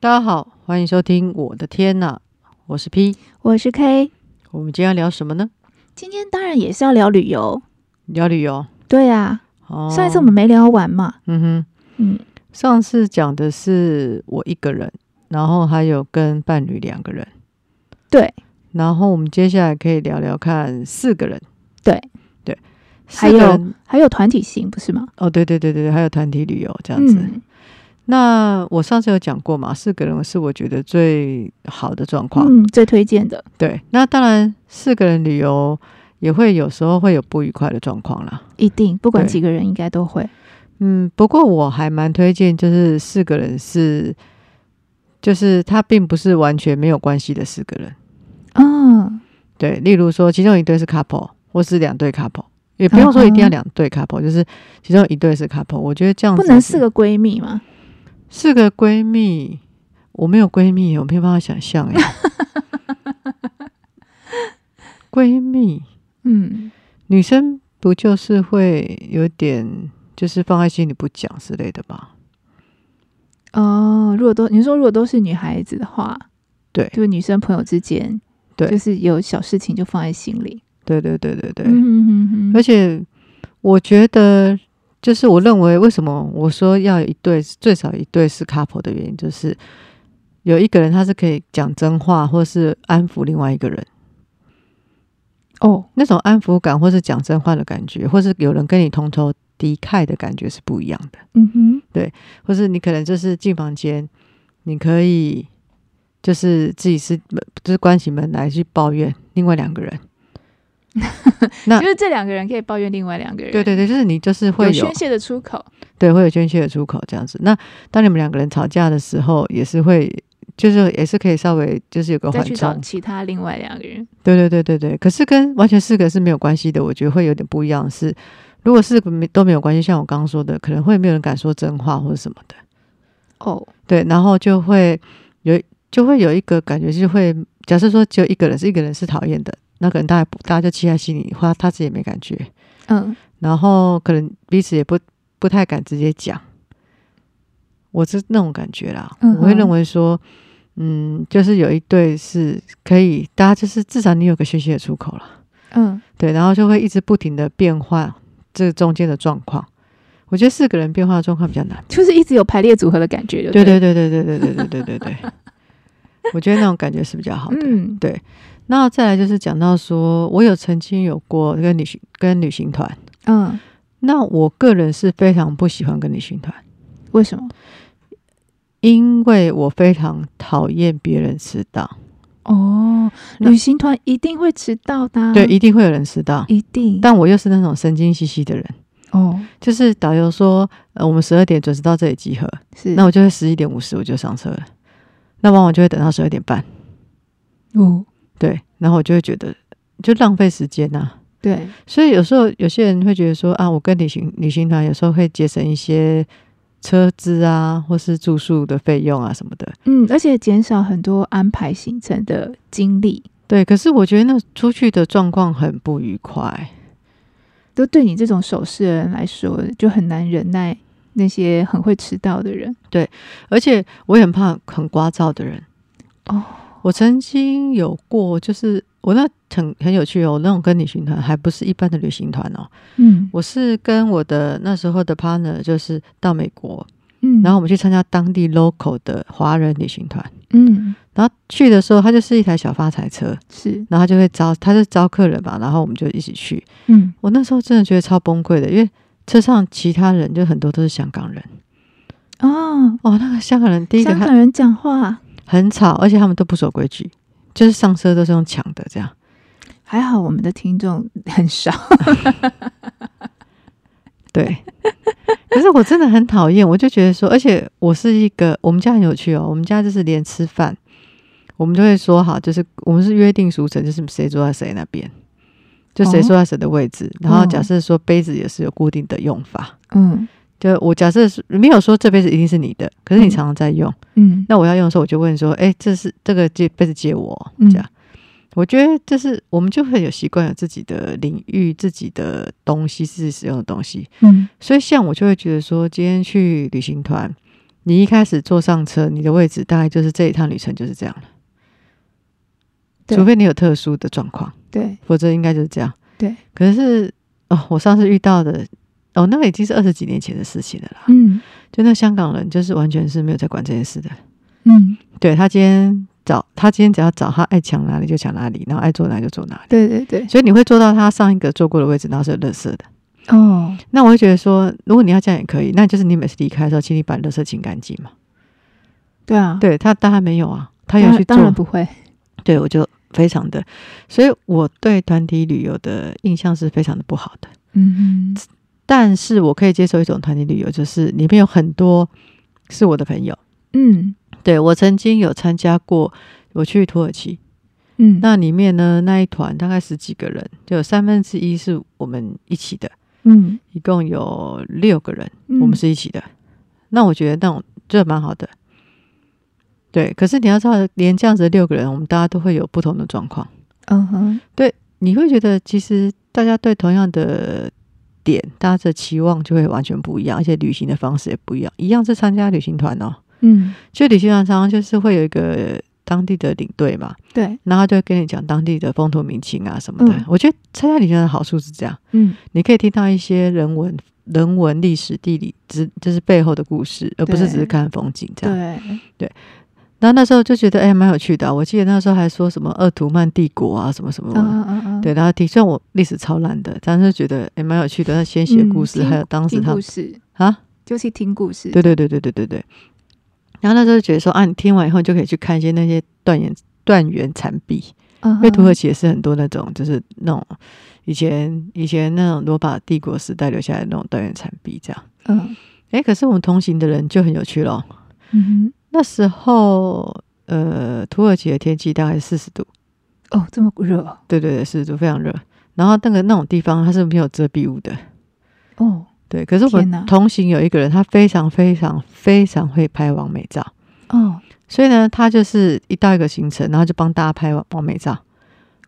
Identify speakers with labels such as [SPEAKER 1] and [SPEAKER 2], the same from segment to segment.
[SPEAKER 1] 大家好，欢迎收听《我的天呐》，我是 P。
[SPEAKER 2] 我是 K，
[SPEAKER 1] 我们今天要聊什么呢？
[SPEAKER 2] 今天当然也是要聊旅游。
[SPEAKER 1] 聊旅游。
[SPEAKER 2] 对啊，
[SPEAKER 1] 哦
[SPEAKER 2] 上一次我们没聊完嘛。
[SPEAKER 1] 嗯哼，
[SPEAKER 2] 嗯，
[SPEAKER 1] 上次讲的是我一个人，然后还有跟伴侣两个人，
[SPEAKER 2] 对，
[SPEAKER 1] 然后我们接下来可以聊聊看四个人。
[SPEAKER 2] 对
[SPEAKER 1] 对，
[SPEAKER 2] 还
[SPEAKER 1] 四个
[SPEAKER 2] 有
[SPEAKER 1] 人
[SPEAKER 2] 还有团体行不是吗？
[SPEAKER 1] 哦，对对对对对，还有团体旅游这样子。
[SPEAKER 2] 嗯
[SPEAKER 1] 那我上次有讲过嘛，四个人是我觉得最好的状况。
[SPEAKER 2] 嗯，最推荐的。
[SPEAKER 1] 对，那当然四个人旅游也会有时候会有不愉快的状况啦。
[SPEAKER 2] 一定，不管
[SPEAKER 1] 对
[SPEAKER 2] 几个人应该都会。
[SPEAKER 1] 嗯，不过我还蛮推荐，就是四个人是，就是他并不是完全没有关系的四个人。
[SPEAKER 2] 嗯，
[SPEAKER 1] 对，例如说，其中一对是 couple，或是两对 couple，也不用说一定要
[SPEAKER 2] 嗯哼
[SPEAKER 1] 两对 couple，、就是其中一对是 couple。我觉得这样
[SPEAKER 2] 不
[SPEAKER 1] 子
[SPEAKER 2] 能四个闺蜜嘛？
[SPEAKER 1] 四个闺蜜，我没有闺蜜，我没有办法想象 哎。闺蜜，
[SPEAKER 2] 嗯，
[SPEAKER 1] 女生不就是会有点，就是放在心里不讲之类的吧？
[SPEAKER 2] 哦，如果都你说如果都是女孩子的话，
[SPEAKER 1] 对
[SPEAKER 2] 就是女生朋友之间，
[SPEAKER 1] 对
[SPEAKER 2] 就是有小事情就放在心里。
[SPEAKER 1] 对对对对对。
[SPEAKER 2] 嗯嗯嗯
[SPEAKER 1] 而且我觉得，就是我认为为什么我说要有一对最少一对是 couple 的原因，就是有一个人他是可以讲真话，或是安抚另外一个人，
[SPEAKER 2] 哦，
[SPEAKER 1] 那种安抚感，或是讲真话的感觉，或是有人跟你同仇敌忾的感觉是不一样的。
[SPEAKER 2] 嗯哼，
[SPEAKER 1] 或是你可能就是进房间，你可以就是自己是就是关起门来去抱怨另外两个人。那
[SPEAKER 2] 就是这两个人可以抱怨另外两个人，
[SPEAKER 1] 对对对，就是你就是会
[SPEAKER 2] 有
[SPEAKER 1] 有
[SPEAKER 2] 宣泄的出口。
[SPEAKER 1] 对，会有宣泄的出口这样子。那当你们两个人吵架的时候，也是会，就是也是可以稍微就是有个
[SPEAKER 2] 再
[SPEAKER 1] 缓
[SPEAKER 2] 去找
[SPEAKER 1] 冲。
[SPEAKER 2] 其他另外两个人。
[SPEAKER 1] 对对对对对。可是跟完全四个是没有关系的，我觉得会有点不一样的是。如果四个没都没有关系，像我刚刚说的，可能会没有人敢说真话或者什么的，
[SPEAKER 2] 哦，
[SPEAKER 1] 对，然后就会有就会有一个感觉，就会假设说只有一个人是一个人是讨厌的，那可能大家不大家就气在心里，或他自己也没感觉，
[SPEAKER 2] 嗯，
[SPEAKER 1] 然后可能彼此也不不太敢直接讲，我是那种感觉啦。
[SPEAKER 2] 嗯哼
[SPEAKER 1] 我会认为说，嗯，就是有一对是可以，大家就是至少你有个宣泄的出口了，
[SPEAKER 2] 嗯，
[SPEAKER 1] 对，然后就会一直不停的变换这中间的状况。我觉得四个人变化的状况比较难。
[SPEAKER 2] 就是一直有排列组合的感觉就
[SPEAKER 1] 对
[SPEAKER 2] 对
[SPEAKER 1] 对对对对对对对对对对， 我觉得那种感觉是比较好的。
[SPEAKER 2] 嗯，
[SPEAKER 1] 那再来就是讲到说，我有曾经有过跟旅行跟旅行团，
[SPEAKER 2] 嗯，
[SPEAKER 1] 那我个人是非常不喜欢跟旅行团。
[SPEAKER 2] 为什么？
[SPEAKER 1] 因为我非常讨厌别人迟到，
[SPEAKER 2] 哦，
[SPEAKER 1] 那
[SPEAKER 2] 旅行团一定会迟到的啊、
[SPEAKER 1] 对，一定会有人迟到。
[SPEAKER 2] 一定。
[SPEAKER 1] 但我又是那种神经兮兮的人，
[SPEAKER 2] 哦，
[SPEAKER 1] 就是导游说，呃，我们十二点准时到这里集合，
[SPEAKER 2] 是
[SPEAKER 1] 那我就会十一点五十我就上车了，那往往就会等到十二点半，
[SPEAKER 2] 哦，
[SPEAKER 1] 对，然后我就会觉得就浪费时间呐、
[SPEAKER 2] 对，
[SPEAKER 1] 所以有时候有些人会觉得说啊，我跟旅行旅行团有时候会节省一些车资啊，或是住宿的费用啊什么的，
[SPEAKER 2] 嗯，而且减少很多安排行程的精力，
[SPEAKER 1] 对。可是我觉得那出去的状况很不愉快。
[SPEAKER 2] 都对你这种守势的人来说就很难忍耐那些很会迟到的人。
[SPEAKER 1] 而且我也很怕很聒噪的人。
[SPEAKER 2] 哦，
[SPEAKER 1] 我曾经有过，就是我那很很有趣哦，我那种跟旅行团还不是一般的旅行团哦，
[SPEAKER 2] 嗯
[SPEAKER 1] 我是跟我的那时候的 partner 就是到美国，
[SPEAKER 2] 嗯，
[SPEAKER 1] 然后我们去参加当地 local 的华人旅行团。
[SPEAKER 2] 嗯
[SPEAKER 1] 然后去的时候，他就是一台小发财车，
[SPEAKER 2] 是
[SPEAKER 1] 然后他就会招，他就招客人嘛，然后我们就一起去。
[SPEAKER 2] 嗯
[SPEAKER 1] 我那时候真的觉得超崩溃的，因为车上其他人就很多都是香港人，
[SPEAKER 2] 哦，
[SPEAKER 1] 哦，那个香港人第一个
[SPEAKER 2] 香
[SPEAKER 1] 他
[SPEAKER 2] 港人讲话
[SPEAKER 1] 很吵，而且他们都不守规矩，就是上车都是用抢的这样。
[SPEAKER 2] 还好，我们的听众很少。
[SPEAKER 1] 对， 可是我真的很讨厌，我就觉得说，而且我是一个，我们家很有趣哦，我们家就是连吃饭，我们就会说好，就是我们是约定俗成，就是谁坐在谁那边，就谁
[SPEAKER 2] 哦
[SPEAKER 1] 坐在谁的位置。然后假
[SPEAKER 2] 哦
[SPEAKER 1] 设说杯子也是有固定的用法，
[SPEAKER 2] 嗯
[SPEAKER 1] 就我假设是没有说这杯子一定是你的，可是你
[SPEAKER 2] 嗯
[SPEAKER 1] 常常在用，
[SPEAKER 2] 嗯，
[SPEAKER 1] 那我要用的时候，我就问说：“哎、这是这个借被子借我？”
[SPEAKER 2] 嗯
[SPEAKER 1] 这样，我觉得就是我们就很有习惯有自己的领域、自己的东西、自己使用的东西。
[SPEAKER 2] 嗯
[SPEAKER 1] 所以像我就会觉得说，今天去旅行团，你一开始坐上车，你的位置大概就是这一趟旅程就是这样了，
[SPEAKER 2] 对
[SPEAKER 1] 除非你有特殊的状况，
[SPEAKER 2] 对
[SPEAKER 1] 否则应该就是这样。
[SPEAKER 2] 对，
[SPEAKER 1] 可是哦，我上次遇到的哦，那个已经是二十几年前的事情了啦。
[SPEAKER 2] 嗯
[SPEAKER 1] 就那香港人，就是完全是没有在管这件事的。
[SPEAKER 2] 嗯，
[SPEAKER 1] 对他今天找他今天只要找他爱抢哪里就抢哪里，然后爱坐哪里就坐哪里。
[SPEAKER 2] 对对对，
[SPEAKER 1] 所以你会坐到他上一个坐过的位置，然后是有垃圾的。
[SPEAKER 2] 哦，
[SPEAKER 1] 那我会觉得说，如果你要这样也可以，那就是你每次离开的时候，请你把垃圾清干净嘛。
[SPEAKER 2] 对啊，
[SPEAKER 1] 对他当然没有啊，他
[SPEAKER 2] 当然，
[SPEAKER 1] 有去
[SPEAKER 2] 当然
[SPEAKER 1] 做。
[SPEAKER 2] 不会，
[SPEAKER 1] 对我就非常的，所以我对团体旅游的印象是非常的不好的。
[SPEAKER 2] 嗯嗯，
[SPEAKER 1] 但是我可以接受一种团体旅游，就是里面有很多是我的朋友。
[SPEAKER 2] 嗯
[SPEAKER 1] 对我曾经有参加过，我去土耳其，
[SPEAKER 2] 嗯，
[SPEAKER 1] 那里面呢那一团大概十几个人，就有三分之一是我们一起的，
[SPEAKER 2] 嗯，
[SPEAKER 1] 一共有六个人，
[SPEAKER 2] 嗯
[SPEAKER 1] 我们是一起的。那我觉得那种这蛮好的。对，可是你要知道，连这样子的六个人，我们大家都会有不同的状况。
[SPEAKER 2] 嗯哼，
[SPEAKER 1] 你会觉得其实大家对同样的点，大家的期望就会完全不一样，而且旅行的方式也不一样。一样是参加旅行团哦，
[SPEAKER 2] 嗯，
[SPEAKER 1] 就旅行团常常就是会有一个当地的领队嘛，
[SPEAKER 2] 对，
[SPEAKER 1] 然后他就会跟你讲当地的风土民情啊什么的。
[SPEAKER 2] 嗯
[SPEAKER 1] 我觉得参加旅行团的好处是这样，
[SPEAKER 2] 嗯
[SPEAKER 1] 你可以听到一些人文、人文、历史、地理之就是背后的故事，而不是
[SPEAKER 2] 对
[SPEAKER 1] 只是看风景这样。
[SPEAKER 2] 对，
[SPEAKER 1] 然后那时候就觉得哎，蛮有趣的啊、我记得那时候还说什么鄂图曼帝国啊，什么什么。
[SPEAKER 2] 嗯嗯嗯，
[SPEAKER 1] 哦对，然后听，虽然我历史超烂的，但是觉得也蛮有趣的。那先写
[SPEAKER 2] 嗯
[SPEAKER 1] 故事，
[SPEAKER 2] 听
[SPEAKER 1] 还有当时
[SPEAKER 2] 听
[SPEAKER 1] 他
[SPEAKER 2] 故事
[SPEAKER 1] 啊，
[SPEAKER 2] 就是听故事，
[SPEAKER 1] 对对对对对对对。然后那时候觉得说啊，你听完以后你就可以去看一些那些断垣断垣残壁，
[SPEAKER 2] 嗯
[SPEAKER 1] 因
[SPEAKER 2] 哼，
[SPEAKER 1] 为土耳其也是很多那种就是那种以前以前那种罗马帝国时代留下来的那种断垣残壁这样。
[SPEAKER 2] 嗯
[SPEAKER 1] 哎，可是我们同行的人就很有趣咯。
[SPEAKER 2] 嗯
[SPEAKER 1] 那时候呃，土耳其的天气大概四十度，
[SPEAKER 2] 哼，哦，这么热哦
[SPEAKER 1] 对对对，四十度非常热。然后那个那种地方它是没有遮蔽物的。
[SPEAKER 2] 哦，
[SPEAKER 1] 对，可是我
[SPEAKER 2] 天哪
[SPEAKER 1] 同行有一个人，他非常非常非常会拍完美照，
[SPEAKER 2] 哦，
[SPEAKER 1] 所以呢，他就是一到一个行程，然后就帮大家拍完完美照。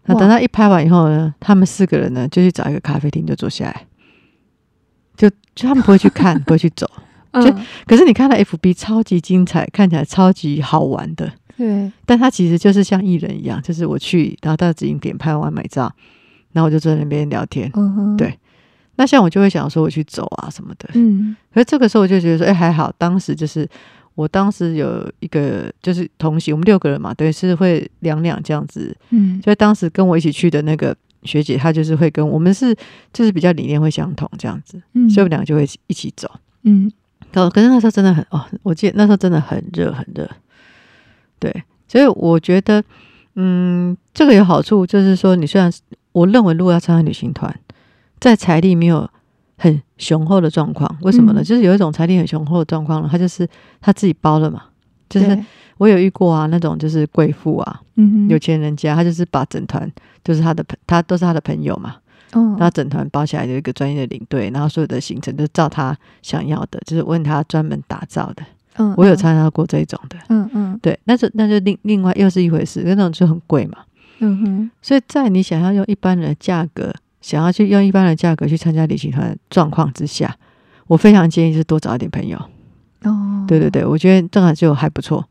[SPEAKER 1] 那
[SPEAKER 2] 哇
[SPEAKER 1] 等他一拍完以后呢，他们四个人呢就去找一个咖啡厅就坐下来，就就他们不会去看，不会去走。就
[SPEAKER 2] 嗯
[SPEAKER 1] 可是你看到 FB 超级精彩，看起来超级好玩的，
[SPEAKER 2] 对，
[SPEAKER 1] 但他其实就是像艺人一样，就是我去，然后到景点拍完美照，然后我就坐在那边聊天。
[SPEAKER 2] 嗯哼，
[SPEAKER 1] 对那像我就会想说我去走啊什么的，
[SPEAKER 2] 嗯
[SPEAKER 1] 可是这个时候我就觉得说，哎、还好，当时就是我当时有一个就是同行，我们六个人嘛，等于是会两两这样子。
[SPEAKER 2] 嗯，
[SPEAKER 1] 所以当时跟我一起去的那个学姐，她就是会跟我们是就是比较理念会相同这样子，
[SPEAKER 2] 嗯
[SPEAKER 1] 所以我们两个就会一起走。
[SPEAKER 2] 嗯
[SPEAKER 1] 可可是那时候真的很哦，我记得那时候真的很热很热，对，所以我觉得嗯，这个有好处，就是说你虽然是我认为如果要参加旅行团，在财力没有很雄厚的状况，为什么呢？
[SPEAKER 2] 嗯
[SPEAKER 1] 就是有一种财力很雄厚的状况呢，他就是他自己包了嘛。就是
[SPEAKER 2] 对
[SPEAKER 1] 我有遇过啊，那种就是贵妇啊，
[SPEAKER 2] 嗯
[SPEAKER 1] 有钱人家，他就是把整团，就是他的朋，他都是他的朋友嘛，
[SPEAKER 2] 嗯
[SPEAKER 1] 然后整团包起来有一个专业的领队，然后所有的行程都照他想要的，就是问他专门打造的。
[SPEAKER 2] 嗯，
[SPEAKER 1] 我有参加过这种的，
[SPEAKER 2] 嗯，嗯
[SPEAKER 1] 对，那就那就另另外又是一回事，那种就很贵嘛。
[SPEAKER 2] 嗯嗯哼，
[SPEAKER 1] 所以在你想要用一般人的价格，想要去用一般人的价格去参加旅行团的状况之下，我非常建议是多找一点朋友。
[SPEAKER 2] 哦，
[SPEAKER 1] 对对，对，我觉得这个就还不错，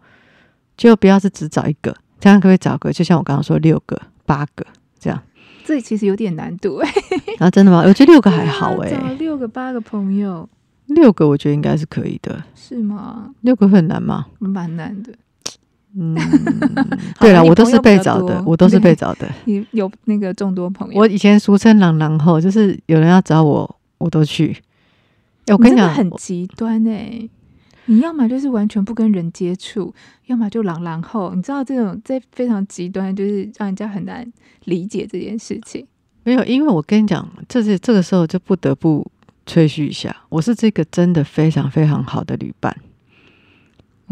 [SPEAKER 1] 就不要是只找一个，这样可不可以找个？就像我刚刚说六个、八个这样。
[SPEAKER 2] 这其实有点难度哎，
[SPEAKER 1] 啊，真的吗？我觉得六个还
[SPEAKER 2] 对啊
[SPEAKER 1] 好哎、
[SPEAKER 2] 找六个八个朋友
[SPEAKER 1] 六个我觉得应该是可以的，
[SPEAKER 2] 是吗？
[SPEAKER 1] 六个会很难吗？
[SPEAKER 2] 蛮难的，，
[SPEAKER 1] 嗯 对
[SPEAKER 2] 好
[SPEAKER 1] 了，
[SPEAKER 2] 你
[SPEAKER 1] 我都
[SPEAKER 2] 朋
[SPEAKER 1] 是
[SPEAKER 2] 友
[SPEAKER 1] 被
[SPEAKER 2] 比较
[SPEAKER 1] 找的
[SPEAKER 2] 多，
[SPEAKER 1] 我 都是被找的。
[SPEAKER 2] 你有那个众多朋友，
[SPEAKER 1] 我以前俗称“狼狼后”，就是有人要找我，我都去。哎我
[SPEAKER 2] 我
[SPEAKER 1] 跟你讲，
[SPEAKER 2] 很
[SPEAKER 1] 我
[SPEAKER 2] 极端哎、你要么就是完全不跟人接触，要么就朗朗后。你知道这种在非常极端，就是让人家很难理解这件事情。
[SPEAKER 1] 没有，因为我跟你讲，这是这个时候就不得不吹嘘一下，我是这个真的非常非常好的旅伴。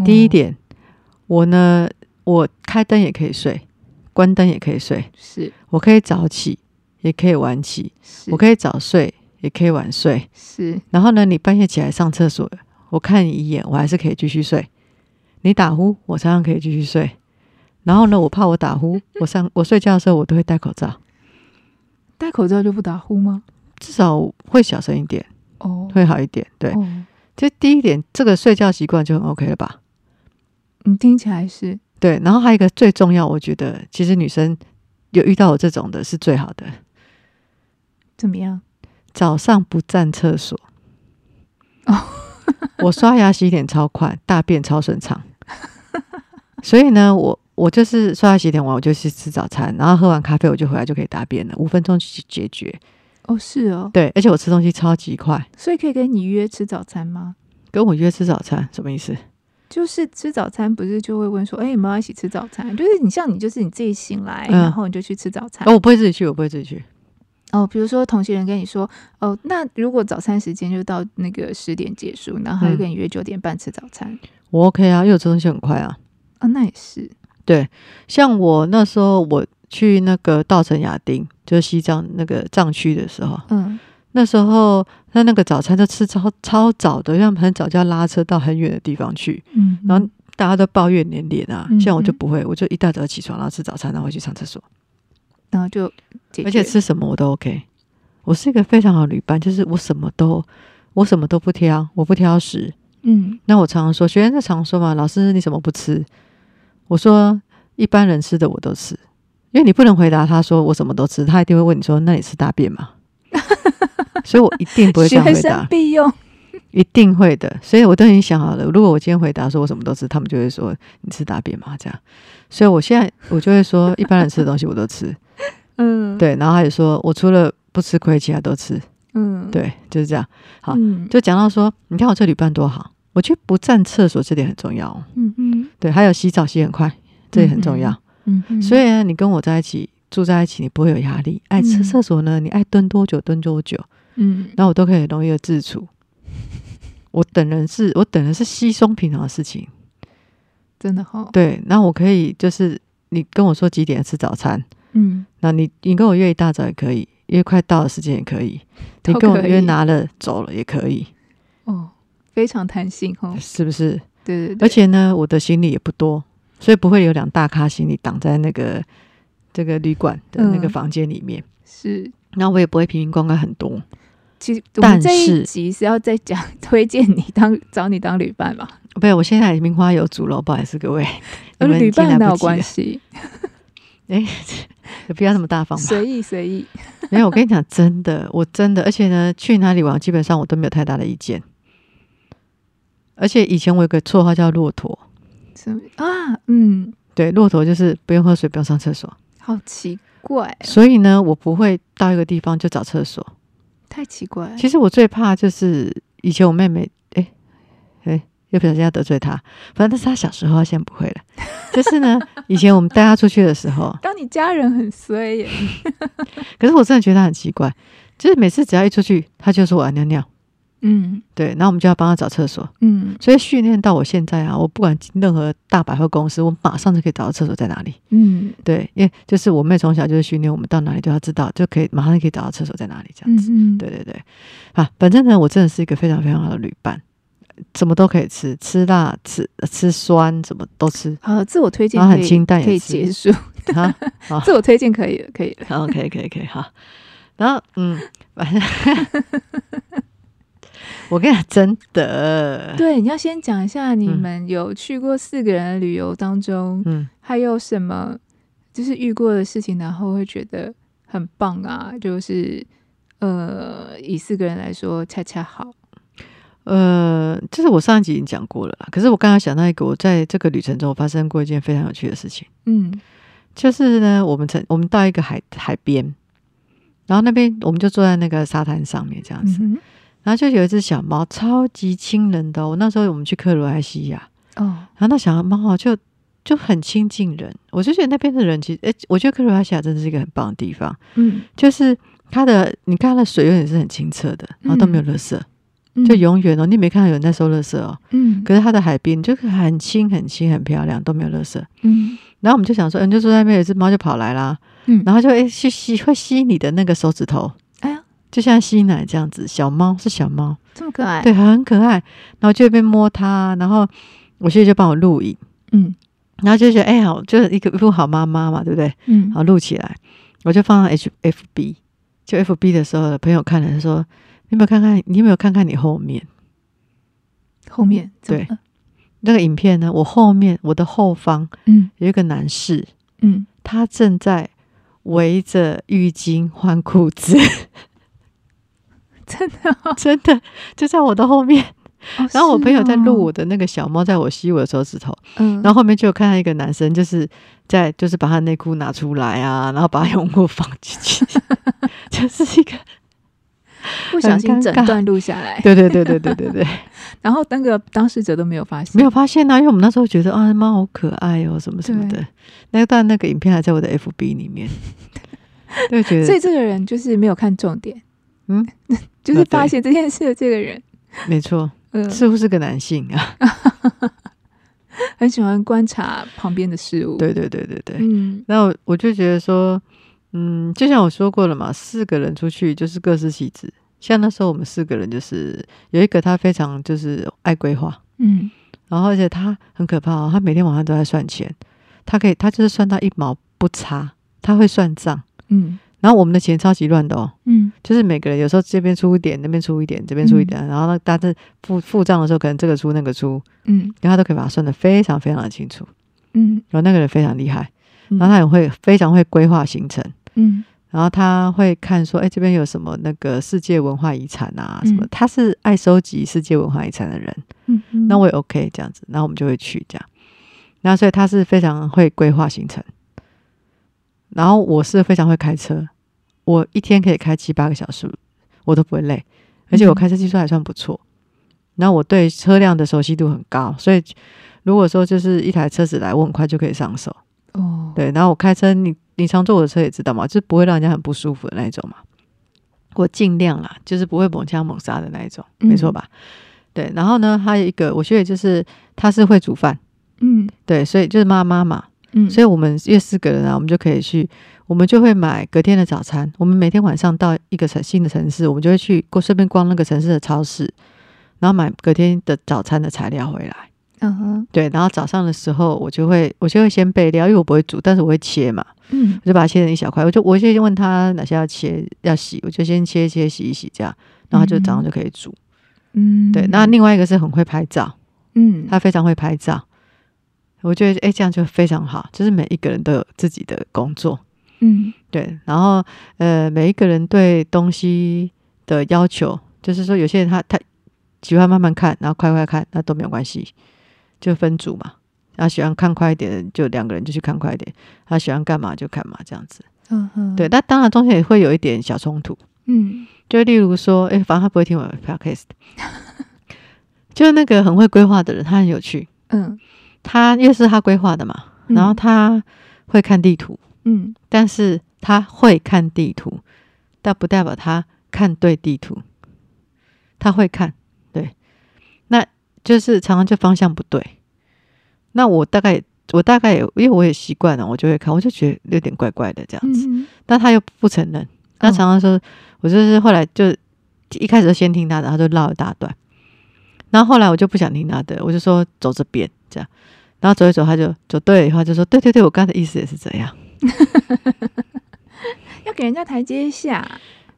[SPEAKER 1] 第一
[SPEAKER 2] 嗯
[SPEAKER 1] 点，我呢，我开灯也可以睡，关灯也可以睡，
[SPEAKER 2] 哦是，
[SPEAKER 1] 我可以早起，也可以晚起，
[SPEAKER 2] 是
[SPEAKER 1] 我可以早睡，也可以晚睡。
[SPEAKER 2] 是
[SPEAKER 1] 然后呢，你半夜起来上厕所，我看你一眼，我还是可以继续睡。你打呼，我常常可以继续睡。然后呢，我怕我打呼，我上我睡觉的时候我都会戴口罩，
[SPEAKER 2] 戴口罩就不打呼吗？
[SPEAKER 1] 至少会小声一点，
[SPEAKER 2] 哦，
[SPEAKER 1] 会好一点。对，
[SPEAKER 2] 哦，
[SPEAKER 1] 这第一点，这个睡觉习惯就很 OK 了吧？
[SPEAKER 2] 你听起来是
[SPEAKER 1] 对，然后还有一个最重要，我觉得其实女生有遇到我这种的是最好的，
[SPEAKER 2] 怎么样？
[SPEAKER 1] 早上不占厕所。
[SPEAKER 2] 哦
[SPEAKER 1] 我刷牙洗脸超快，大便超顺畅，所以呢，我我就是刷牙洗脸完，我就去吃早餐，然后喝完咖啡我就回来就可以大便了，五分钟去解决。
[SPEAKER 2] 哦，是哦，
[SPEAKER 1] 对，而且我吃东西超级快，
[SPEAKER 2] 所以可以跟你约吃早餐吗？
[SPEAKER 1] 跟我约吃早餐什么意思？
[SPEAKER 2] 就是吃早餐，不是就会问说，哎、有没有要一起吃早餐？就是你像你，就是你自己醒来，
[SPEAKER 1] 嗯
[SPEAKER 2] 然后你就去吃早餐。
[SPEAKER 1] 哦，我不会自己去，我不会自己去。
[SPEAKER 2] 哦，比如说同行人跟你说，哦，那如果早餐时间就到那个十点结束，然后
[SPEAKER 1] 嗯
[SPEAKER 2] 他就跟你约九点半吃早餐。
[SPEAKER 1] 我 OK 啊，因为我吃东西很快啊。
[SPEAKER 2] 哦，那也是，
[SPEAKER 1] 像我那时候我去那个稻城亚丁，就是西藏那个藏区的时候，
[SPEAKER 2] 嗯，
[SPEAKER 1] 那时候他那个早餐都吃超超早的，因为他们很早就要拉车到很远的地方去，
[SPEAKER 2] 嗯，
[SPEAKER 1] 然后大家都抱怨连连啊。
[SPEAKER 2] 嗯
[SPEAKER 1] 像我就
[SPEAKER 2] 嗯
[SPEAKER 1] 不会，我就一大早起床，然后吃早餐，然后回去上厕所，
[SPEAKER 2] 然后就解决，
[SPEAKER 1] 而且吃什么我都 OK。我是一个非常好的旅伴，就是我什么都我什么都不挑，我不挑食。
[SPEAKER 2] 嗯，
[SPEAKER 1] 那我常常说，学生就常说嘛，老师你什么不吃？我说一般人吃的我都吃，因为你不能回答他说我什么都吃，他一定会问你说那你吃大便吗？ 所以我一定不会这样
[SPEAKER 2] 学
[SPEAKER 1] 回
[SPEAKER 2] 生
[SPEAKER 1] 答，
[SPEAKER 2] 必用。
[SPEAKER 1] 一定会的。所以我都已经想好了，如果我今天回答说我什么都吃，他们就会说你吃大便吗？这样，所以我现在我就会说一般人吃的东西我都吃，
[SPEAKER 2] 嗯，，
[SPEAKER 1] 对，然后他也说我除了不吃亏，其他都吃，
[SPEAKER 2] 嗯，，
[SPEAKER 1] 对，就是这样。好
[SPEAKER 2] 嗯，
[SPEAKER 1] 就讲到说，你看我这旅伴多好，我觉得不占厕所这点很重要、哦。
[SPEAKER 2] 嗯嗯
[SPEAKER 1] 对，还有洗澡洗很快，这也很重要。
[SPEAKER 2] 嗯嗯，
[SPEAKER 1] 所以呢，你跟我在一起住在一起，你不会有压力。爱吃
[SPEAKER 2] 嗯
[SPEAKER 1] 厕所呢，你爱蹲多久蹲多久，
[SPEAKER 2] 嗯，
[SPEAKER 1] 然后我都可以很容易的自处。我等人是，我等人是稀松平常的事情。
[SPEAKER 2] 真的好，
[SPEAKER 1] 对，那我可以就是你跟我说几点吃早餐，
[SPEAKER 2] 嗯，
[SPEAKER 1] 那你你跟我约一大早也可以，约快到的时间也可以，你跟我
[SPEAKER 2] 都可以
[SPEAKER 1] 约拿了走了也可以，
[SPEAKER 2] 哦，非常弹性哦，
[SPEAKER 1] 是不是？
[SPEAKER 2] 对对对，
[SPEAKER 1] 而且呢，我的行李也不多，所以不会有两大咖行李挡在那个这个旅馆的那个
[SPEAKER 2] 嗯
[SPEAKER 1] 房间里面。
[SPEAKER 2] 是，
[SPEAKER 1] 那我也不会瓶瓶罐罐很多。
[SPEAKER 2] 其实我们
[SPEAKER 1] 但
[SPEAKER 2] 这
[SPEAKER 1] 是
[SPEAKER 2] 一集是要再讲 推荐你当找你当旅伴吧，
[SPEAKER 1] 不，我现在名花有主了，不好意思各位，你
[SPEAKER 2] 而
[SPEAKER 1] 们
[SPEAKER 2] 呃旅
[SPEAKER 1] 已经来
[SPEAKER 2] 伴哪
[SPEAKER 1] 不
[SPEAKER 2] 有
[SPEAKER 1] 及
[SPEAKER 2] 关
[SPEAKER 1] 了。
[SPEAKER 2] 系，
[SPEAKER 1] 哎，不要那么大方吧。
[SPEAKER 2] 随意随意，
[SPEAKER 1] 没有，我跟你讲，真的，我真的，而且呢，去哪里玩，基本上我都没有太大的意见。而且以前我有个绰号叫骆驼，
[SPEAKER 2] 什么啊，嗯，
[SPEAKER 1] 对，骆驼就是不用喝水，不用上厕所，
[SPEAKER 2] 好奇怪，
[SPEAKER 1] 所以呢，我不会到一个地方就找厕所。
[SPEAKER 2] 太奇怪了，
[SPEAKER 1] 其实我最怕就是以前我妹妹，哎、哎、又不小心要得罪她，反正但是她小时候，她现在不会了。就是呢，以前我们带她出去的时候，
[SPEAKER 2] 当你家人很衰耶，
[SPEAKER 1] 可是我真的觉得她很奇怪，就是每次只要一出去，她就说我要尿尿，
[SPEAKER 2] 嗯
[SPEAKER 1] 对，然后我们就要帮她找厕所。
[SPEAKER 2] 嗯
[SPEAKER 1] 所以训练到我现在啊，我不管进任何大百货公司，我马上就可以找到厕所在哪里。
[SPEAKER 2] 嗯
[SPEAKER 1] 对，因为就是我妹从小就是训练我们到哪里都要知道，就可以马上就可以找到厕所在哪里这样子。
[SPEAKER 2] 嗯，
[SPEAKER 1] 对对对，啊，反正呢，我真的是一个非常非常好的旅伴，什么都可以吃，吃辣、吃吃酸，什么都吃
[SPEAKER 2] 好，自我推荐
[SPEAKER 1] 然后
[SPEAKER 2] 可
[SPEAKER 1] 很
[SPEAKER 2] 以
[SPEAKER 1] 清淡也
[SPEAKER 2] 可以
[SPEAKER 1] 吃
[SPEAKER 2] 结束，
[SPEAKER 1] 啊。
[SPEAKER 2] 自我推荐可以了，可以 了，
[SPEAKER 1] 好，可以可以可以，好。然后嗯，反正 我跟你讲，真的，
[SPEAKER 2] 对，你要先讲一下你
[SPEAKER 1] 嗯
[SPEAKER 2] 们有去过四个人的旅游当中，
[SPEAKER 1] 嗯，
[SPEAKER 2] 还有什么就是遇过的事情，然后会觉得很棒啊？就是呃，以四个人来说，恰恰好。
[SPEAKER 1] 呃，就是我上一集已经讲过了啦。可是我刚刚想到一个，我在这个旅程中发生过一件非常有趣的事情。
[SPEAKER 2] 嗯
[SPEAKER 1] 就是呢，我们曾我们到一个海海边，然后那边我们就坐在那个沙滩上面这样
[SPEAKER 2] 嗯
[SPEAKER 1] 子，
[SPEAKER 2] 哼
[SPEAKER 1] 然后就有一只小猫，超级亲人的哦、我那时候我们去克罗埃西亚，
[SPEAKER 2] 哦，
[SPEAKER 1] 然后那小猫哦就就很亲近人，我就觉得那边的人其实，诶，我觉得克罗埃西亚真的是一个很棒的地方，
[SPEAKER 2] 嗯，
[SPEAKER 1] 就是它的你看它的水永远是很清澈的，然后都没有垃圾，就
[SPEAKER 2] 嗯，
[SPEAKER 1] 永远哦，你没看到有人在收垃圾哦，
[SPEAKER 2] 嗯
[SPEAKER 1] 可是它的海边就是很清很清很漂亮，都没有垃圾。
[SPEAKER 2] 嗯
[SPEAKER 1] 然后我们就想说，嗯，就坐在那边，有一只猫就跑来啦，
[SPEAKER 2] 嗯
[SPEAKER 1] 然后就诶去吸会吸你的那个手指头，
[SPEAKER 2] 哎呀，
[SPEAKER 1] 就像吸奶这样子，小猫是小猫，
[SPEAKER 2] 这么可爱，
[SPEAKER 1] 对，很可爱。然后就会被摸它，啊然后我现在就帮我录影，
[SPEAKER 2] 嗯
[SPEAKER 1] 然后就觉得哎、好，就是一个一副好妈妈嘛，对不对？
[SPEAKER 2] 嗯，
[SPEAKER 1] 好录起来，我就放到 H F B，就 F B 的时候，朋友看了就说，你有没有看看，你有没有看看你后面？
[SPEAKER 2] 后面怎么
[SPEAKER 1] 对
[SPEAKER 2] 了
[SPEAKER 1] 那个影片呢，我后面我的后方
[SPEAKER 2] 嗯
[SPEAKER 1] 有一个男士，
[SPEAKER 2] 嗯，
[SPEAKER 1] 他正在围着浴巾换裤子，
[SPEAKER 2] 真的哦、
[SPEAKER 1] 真的啊就在我的后面。
[SPEAKER 2] 哦
[SPEAKER 1] 然后我朋友在录，
[SPEAKER 2] 是哦
[SPEAKER 1] 我的那个小猫，在我吸我的手指头，
[SPEAKER 2] 嗯，
[SPEAKER 1] 然后后面就有看到一个男生，就是在就是把他内裤拿出来啊，然后把他用过放进 去，就是一个
[SPEAKER 2] 不小
[SPEAKER 1] 很
[SPEAKER 2] 心
[SPEAKER 1] 尴
[SPEAKER 2] 整
[SPEAKER 1] 尬
[SPEAKER 2] 段录下来，
[SPEAKER 1] 对对对对对对对，
[SPEAKER 2] 然后那个当事者都没有发 现，
[SPEAKER 1] 没有发现呢、因为我们那时候觉得啊猫好可爱哦什么什么的，那但那个影片还在我的 FB 里 面，就觉
[SPEAKER 2] 所
[SPEAKER 1] 得
[SPEAKER 2] 以这个人就是没有看重点，
[SPEAKER 1] 嗯，
[SPEAKER 2] 就是
[SPEAKER 1] 那对
[SPEAKER 2] 发现这件事的这个人，
[SPEAKER 1] 没错，
[SPEAKER 2] 嗯，
[SPEAKER 1] 似乎是个男性啊，
[SPEAKER 2] 很喜欢观察旁边的事物，，
[SPEAKER 1] 对对对对对，
[SPEAKER 2] 嗯，
[SPEAKER 1] 那我我就觉得说，嗯，就像我说过了嘛，四个人出去就是各司其职。像那时候我们四个人就是有一个他非常就是爱规划，
[SPEAKER 2] 嗯，
[SPEAKER 1] 然后而且他很可怕哦，他每天晚上都在算钱，他可以他就是算到一毛不差，他会算账。
[SPEAKER 2] 嗯，
[SPEAKER 1] 然后我们的钱超级乱的哦，
[SPEAKER 2] 嗯，
[SPEAKER 1] 就是每个人有时候这边出一点，那边出一点，这边出一点，然后呢，大家付付账的时候可能这个出那个出，
[SPEAKER 2] 嗯，
[SPEAKER 1] 然后他都可以把它算得非常非常的清楚。
[SPEAKER 2] 嗯，
[SPEAKER 1] 然后那个人非常厉害，
[SPEAKER 2] 嗯
[SPEAKER 1] 然后他也会非常会规划行程。
[SPEAKER 2] 嗯，
[SPEAKER 1] 然后他会看说，哎，这边有什么那个世界文化遗产啊，什么？
[SPEAKER 2] 嗯
[SPEAKER 1] 他是爱收集世界文化遗产的人，
[SPEAKER 2] 嗯，嗯
[SPEAKER 1] 那我也 OK 这样子，那我们就会去这样。那所以他是非常会规划行程，然后我是非常会开车，我一天可以开七八个小时，我都不会累，而且我
[SPEAKER 2] 嗯
[SPEAKER 1] 开车技术还算不错。然后我对车辆的熟悉度很高，所以如果说就是一台车子来，我很快就可以上手。
[SPEAKER 2] 哦，
[SPEAKER 1] 对，然后我开车，你你常坐我的车也知道嘛，就是不会让人家很不舒服的那一种嘛。我尽量啦，就是不会猛枪猛杀的那一种，没错
[SPEAKER 2] 嗯
[SPEAKER 1] 吧？对，然后呢，还有一个我学姐就是她是会煮饭，
[SPEAKER 2] 嗯
[SPEAKER 1] 对，所以就是妈妈嘛，
[SPEAKER 2] 嗯，
[SPEAKER 1] 所以我们约四个人啊，我们就可以去，我们就会买隔天的早餐。我们每天晚上到一个城新的城市，我们就会去过顺便逛那个城市的超市，然后买隔天的早餐的材料回来。
[SPEAKER 2] 嗯哼，
[SPEAKER 1] 对，然后早上的时候我就会我就会先备料，因为我不会煮，但是我会切嘛。
[SPEAKER 2] 嗯
[SPEAKER 1] 我就把它切成一小块，我就我先问他哪些要切要洗，我就先切一切洗一洗这样，然后他就早上就可以煮。
[SPEAKER 2] 嗯，
[SPEAKER 1] 对，那另外一个是很会拍照，
[SPEAKER 2] 嗯，
[SPEAKER 1] 他非常会拍照，我觉得诶哎这样就非常好，就是每一个人都有自己的工作，
[SPEAKER 2] 嗯
[SPEAKER 1] 对，然后呃每一个人对东西的要求，就是说有些人他他喜欢慢慢看，然后快快看，那都没有关系，就分组嘛。他喜欢看快一点的，就两个人就去看快一点；他喜欢干嘛就干嘛，这样子。
[SPEAKER 2] 嗯哼，
[SPEAKER 1] 对，，但当然中间也会有一点小冲突，
[SPEAKER 2] 嗯
[SPEAKER 1] 就例如说，诶，反正他不会听我的 podcast，就是那个很会规划的人，他很有趣，
[SPEAKER 2] 嗯，
[SPEAKER 1] 他因为是他规划的嘛，然后他会看地图，
[SPEAKER 2] 嗯
[SPEAKER 1] 但是他会看地图，但不代表他看对地图，他会看，对，那就是常常就方向不对。那我大概我大概也因为我也习惯了，我就会看，我就觉得有点怪怪的这样子。
[SPEAKER 2] 嗯
[SPEAKER 1] 但他又不承认。他常常说，我就是后来就一开始就先听他的，他就唠一大段，然后后来我就不想听他的，我就说走这边这样，然后走一走他就走对了以后他就说对对对，我刚才的意思也是这样，
[SPEAKER 2] 要给人家台阶下，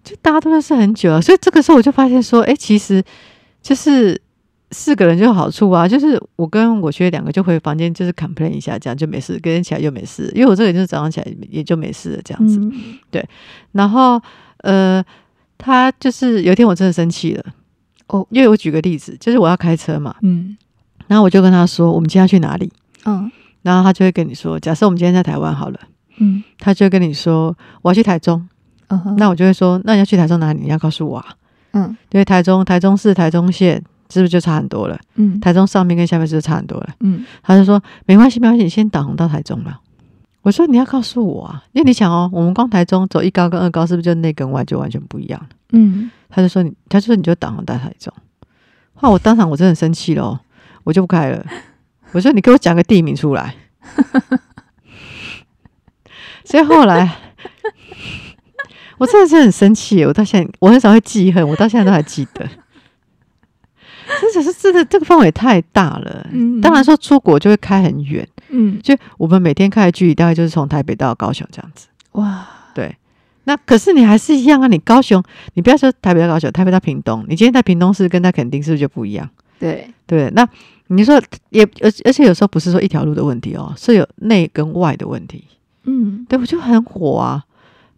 [SPEAKER 1] 就大家都认识很久啊了，所以这个时候我就发现说，哎，其实就是。四个人就有好处啊，就是我跟我学姐两个就回房间，就是 complain 一下，这样就没事，隔天起来就没事，因为我这个人就是早上起来也就没事了这样子。
[SPEAKER 2] 嗯，
[SPEAKER 1] 然后呃，他就是有一天我真的生气了，
[SPEAKER 2] 哦，
[SPEAKER 1] 因为我举个例子，就是我要开车嘛，
[SPEAKER 2] 嗯
[SPEAKER 1] 然后我就跟他说我们今天要去哪里，
[SPEAKER 2] 嗯
[SPEAKER 1] 然后他就会跟你说，假设我们今天在台湾好了，
[SPEAKER 2] 嗯
[SPEAKER 1] 他就会跟你说我要去台中，
[SPEAKER 2] 嗯哼，
[SPEAKER 1] 那我就会说那你要去台中哪里？你要告诉我啊，
[SPEAKER 2] 嗯
[SPEAKER 1] 因为台中台中市台中县。是不是就差很多了？
[SPEAKER 2] 嗯
[SPEAKER 1] 台中上面跟下面是不是差很多了？
[SPEAKER 2] 嗯
[SPEAKER 1] 他就说没关系，没关系，你先导航到台中了。我说你要告诉我啊，因为你想哦，我们光台中走一高跟二高，是不是就内跟外就完全不一样了？
[SPEAKER 2] 嗯
[SPEAKER 1] 他就说你，他就说你就导航到台中。后来我当场我真的很生气了哦，我就不开了。我说你给我讲个地名出来。所以后来我真的是很生气耶，我到现在我很少会记恨，我到现在都还记得。真的是真的，这个范围太大了。
[SPEAKER 2] 嗯
[SPEAKER 1] 当然说出国就会开很远，
[SPEAKER 2] 嗯，
[SPEAKER 1] 就我们每天开的距离大概就是从台北到高雄这样子。
[SPEAKER 2] 哇，
[SPEAKER 1] 那可是你还是一样啊！你高雄，你不要说台北到高雄，台北到屏东，你今天在屏东市跟在垦丁是不是就不一样？
[SPEAKER 2] 对，
[SPEAKER 1] 对，那你说也而而且有时候不是说一条路的问题哦，是有内跟外的问题。
[SPEAKER 2] 嗯，
[SPEAKER 1] 对，我就很火啊。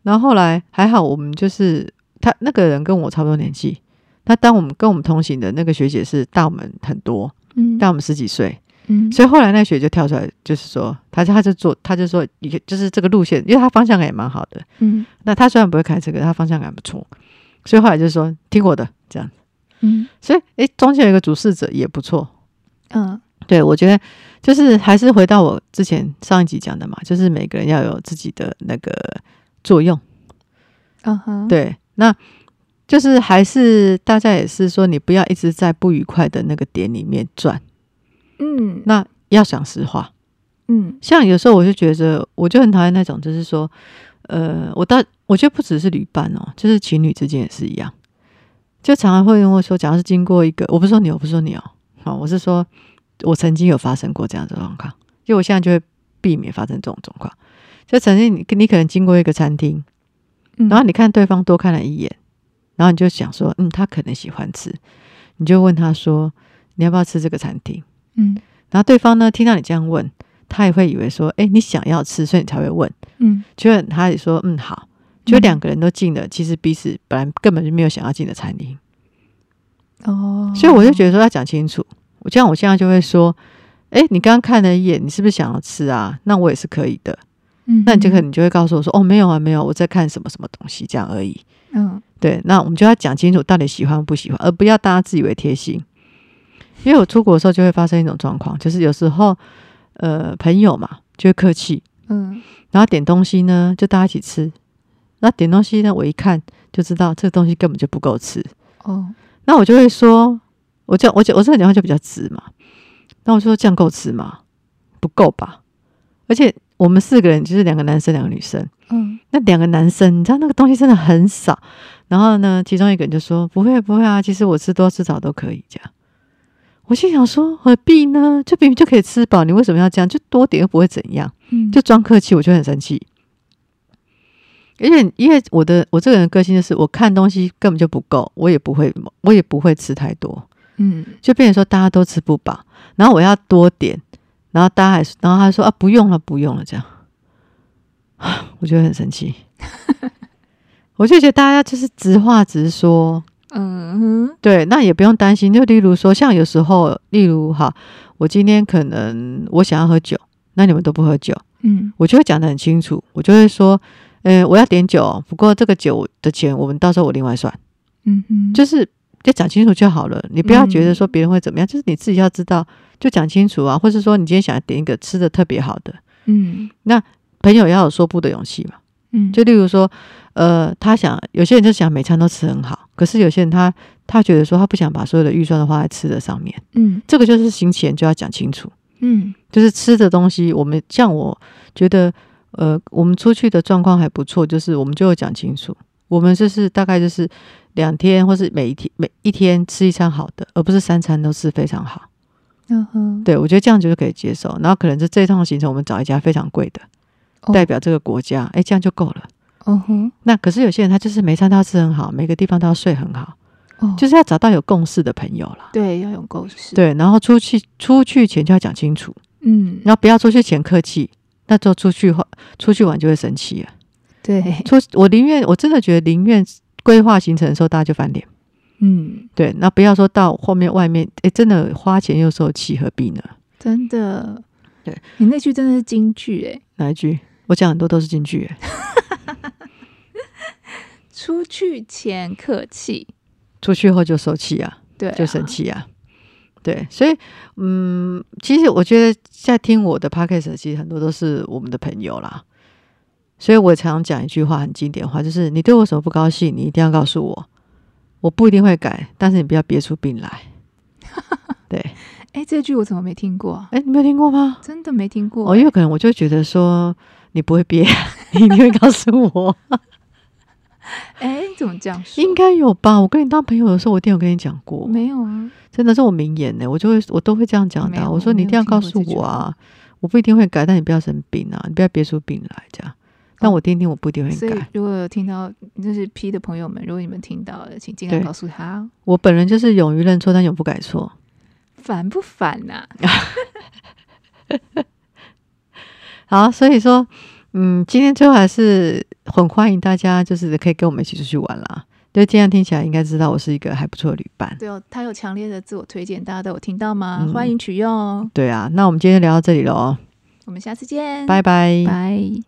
[SPEAKER 1] 然后后来还好，我们就是他那个人跟我差不多年纪，他当我们跟我们同行的那个学姐是大我们很多，
[SPEAKER 2] 嗯，
[SPEAKER 1] 大我们十几岁，
[SPEAKER 2] 嗯，
[SPEAKER 1] 所以后来那学姐就跳出来，就是说，她她就做，她就说，也就是这个路线，因为她方向感也蛮好的。
[SPEAKER 2] 嗯
[SPEAKER 1] 那她虽然不会开车，可是她方向感不错，所以后来就说听我的这样。
[SPEAKER 2] 嗯
[SPEAKER 1] 所以诶，中间有一个主事者也不错，
[SPEAKER 2] 嗯
[SPEAKER 1] 对，我觉得就是还是回到我之前上一集讲的嘛，就是每个人要有自己的那个作用。
[SPEAKER 2] 嗯哼，，
[SPEAKER 1] 对，那就是还是大家也是说，你不要一直在不愉快的那个点里面转，
[SPEAKER 2] 嗯
[SPEAKER 1] 那要讲实话。
[SPEAKER 2] 嗯
[SPEAKER 1] 像有时候我就觉得，我就很讨厌那种，就是说，呃，我到我觉得不只是旅伴哦，就是情侣之间也是一样，就常常会问我说，假如是经过一个，我不是说你哦，我不是说你哦，好、我是说我曾经有发生过这样的状况，因为我现在就会避免发生这种状况。就曾经你你可能经过一个餐厅，
[SPEAKER 2] 嗯，
[SPEAKER 1] 然后你看对方多看了一眼，然后你就想说，嗯，他可能喜欢吃，你就问他说，你要不要吃这个餐厅？
[SPEAKER 2] 嗯
[SPEAKER 1] 然后对方呢听到你这样问，他也会以为说，哎，你想要吃，所以你才会问。
[SPEAKER 2] 嗯，
[SPEAKER 1] 结果他也说，嗯，好。就两个人都进了，其实彼此本来根本就没有想要进的餐厅，
[SPEAKER 2] 哦，
[SPEAKER 1] 所以我就觉
[SPEAKER 2] 得，
[SPEAKER 1] 得说要讲清楚。我这样，我现在就会说，哎，你刚刚看了一眼，你是不是想要吃啊？那我也是可以的。
[SPEAKER 2] 嗯，
[SPEAKER 1] 那你就可能你就会告诉我说，哦，没有啊，没有，我在看什么什么东西，这样而已。
[SPEAKER 2] 嗯
[SPEAKER 1] 对，那我们就要讲清楚到底喜欢不喜欢，而不要大家自以为贴心。因为我出国的时候就会发生一种状况，就是有时候呃朋友嘛就会客气，
[SPEAKER 2] 嗯
[SPEAKER 1] 然后点东西呢就大家一起吃，那点东西呢我一看就知道这个东西根本就不够吃，
[SPEAKER 2] 哦，
[SPEAKER 1] 那我就会说，我就我就我这个讲话就比较直嘛，那我就说这样够吃吗？不够吧？而且我们四个人就是两个男生两个女生，
[SPEAKER 2] 嗯
[SPEAKER 1] 那两个男生，你知道那个东西真的很少。然后呢，其中一个人就说：“不会不会啊，其实我吃多吃少都可以这样。”我心想说：“何必呢？就明明就可以吃饱，你为什么要这样？就多点又不会怎样，
[SPEAKER 2] 嗯，
[SPEAKER 1] 就装客气。”我就很生气。而且因为我的我这个人的个性就是，我看东西根本就不够，我也不会我也不会吃太多，
[SPEAKER 2] 嗯
[SPEAKER 1] 就变成说大家都吃不饱，然后我要多点，然后大家还然后他说啊不用了不用了这样， 我觉得很生气，我就觉得大家就是直话直说，
[SPEAKER 2] 嗯哼
[SPEAKER 1] 对，那也不用担心。就例如说，像有时候，例如哈，我今天可能我想要喝酒，那你们都不喝酒，
[SPEAKER 2] 嗯
[SPEAKER 1] 我就会讲得很清楚，我就会说，呃，我要点酒哦，不过这个酒的钱我们到时候我另外算。
[SPEAKER 2] 嗯哼，
[SPEAKER 1] 就是就讲清楚就好了，你不要觉得说别人会怎么样，就是你自己要知道，就讲清楚啊，或是说你今天想要点一个吃的特别好的，
[SPEAKER 2] 嗯
[SPEAKER 1] 朋友要有说不的勇气嘛。
[SPEAKER 2] 嗯，
[SPEAKER 1] 就例如说，呃，他想有些人就想每餐都吃很好，可是有些人他他觉得说他不想把所有的预算都花在吃的上面，
[SPEAKER 2] 嗯
[SPEAKER 1] 这个就是行前就要讲清楚，
[SPEAKER 2] 嗯
[SPEAKER 1] 就是吃的东西，我们像我觉得，呃，我们出去的状况还不错，就是我们就有讲清楚，我们就是大概就是两天或是每一天每一天吃一餐好的，而不是三餐都吃非常好。
[SPEAKER 2] 嗯哼，
[SPEAKER 1] 对我觉得这样就是可以接受。然后可能是这趟行程我们找一家非常贵的，
[SPEAKER 2] 哦
[SPEAKER 1] 代表这个国家，哎，这样就够了。
[SPEAKER 2] 哦哼，
[SPEAKER 1] 那可是有些人他就是每餐都要吃很好，每个地方都要睡很好，
[SPEAKER 2] 哦，
[SPEAKER 1] 就是要找到有共识的朋友啦。
[SPEAKER 2] 对，要有构思，，
[SPEAKER 1] 对，然后出去出去前就要讲清楚，
[SPEAKER 2] 嗯，
[SPEAKER 1] 然后不要出去前客气，那就出去后出去玩就会生气了。
[SPEAKER 2] 对，
[SPEAKER 1] 出我宁愿我真的觉得宁愿规划行程的时候大家就翻脸，
[SPEAKER 2] 嗯，
[SPEAKER 1] 对，那不要说到后面外面，诶，真的花钱又受气，何必呢？
[SPEAKER 2] 真的，
[SPEAKER 1] 对
[SPEAKER 2] 你那句真的是金句哎，
[SPEAKER 1] 哪一句？我讲很多都是金句，诶
[SPEAKER 2] 出去前客气，
[SPEAKER 1] 出去后就受气啊，
[SPEAKER 2] 对啊，
[SPEAKER 1] 就生气啊。对，所以，嗯，其实我觉得在听我的 podcast，的其实很多都是我们的朋友啦，所以我常讲一句话，很经典的话，就是你对我有什么不高兴，你一定要告诉我，我不一定会改，但是你不要憋出病 来。对，
[SPEAKER 2] 哎，这句我怎么没听过啊？
[SPEAKER 1] 哎，你没有听过吗？
[SPEAKER 2] 真的没听过
[SPEAKER 1] 哦，因为可能我就觉得说你不会憋， 你一定会告诉我，
[SPEAKER 2] 哎，怎么这样说？
[SPEAKER 1] 应该有吧？我跟你当朋友的时候，我一定有跟你讲过，
[SPEAKER 2] 没有啊，真
[SPEAKER 1] 真的是我名言呢，我就会我都会这样讲的啊、
[SPEAKER 2] 没有
[SPEAKER 1] 我说
[SPEAKER 2] 我
[SPEAKER 1] 你
[SPEAKER 2] 没
[SPEAKER 1] 一定要
[SPEAKER 2] 有听
[SPEAKER 1] 告
[SPEAKER 2] 过
[SPEAKER 1] 诉
[SPEAKER 2] 这句
[SPEAKER 1] 我啊，我不一定会改，但你不要生病啊，你不要憋出病来这样。但
[SPEAKER 2] 哦
[SPEAKER 1] 我听听，我不一定
[SPEAKER 2] 所
[SPEAKER 1] 会
[SPEAKER 2] 以
[SPEAKER 1] 改。
[SPEAKER 2] 如果有听到就是 P 的朋友们，如果你们听到了，请尽量
[SPEAKER 1] 对
[SPEAKER 2] 告诉他。
[SPEAKER 1] 我本人就是勇于认错，但永不改错。
[SPEAKER 2] 烦不烦啊呐、
[SPEAKER 1] 好，所以说，嗯，今天最后还是很欢迎大家，就是可以跟我们一起出去玩啦。就这样听起来，应该知道我是一个还不错的旅伴。
[SPEAKER 2] 对哦，他有强烈的自我推荐，大家都有听到吗？
[SPEAKER 1] 嗯
[SPEAKER 2] 欢迎取用哦，
[SPEAKER 1] 对啊，那我们今天就聊到这里喽，
[SPEAKER 2] 我们下次见，
[SPEAKER 1] 拜拜。
[SPEAKER 2] 拜。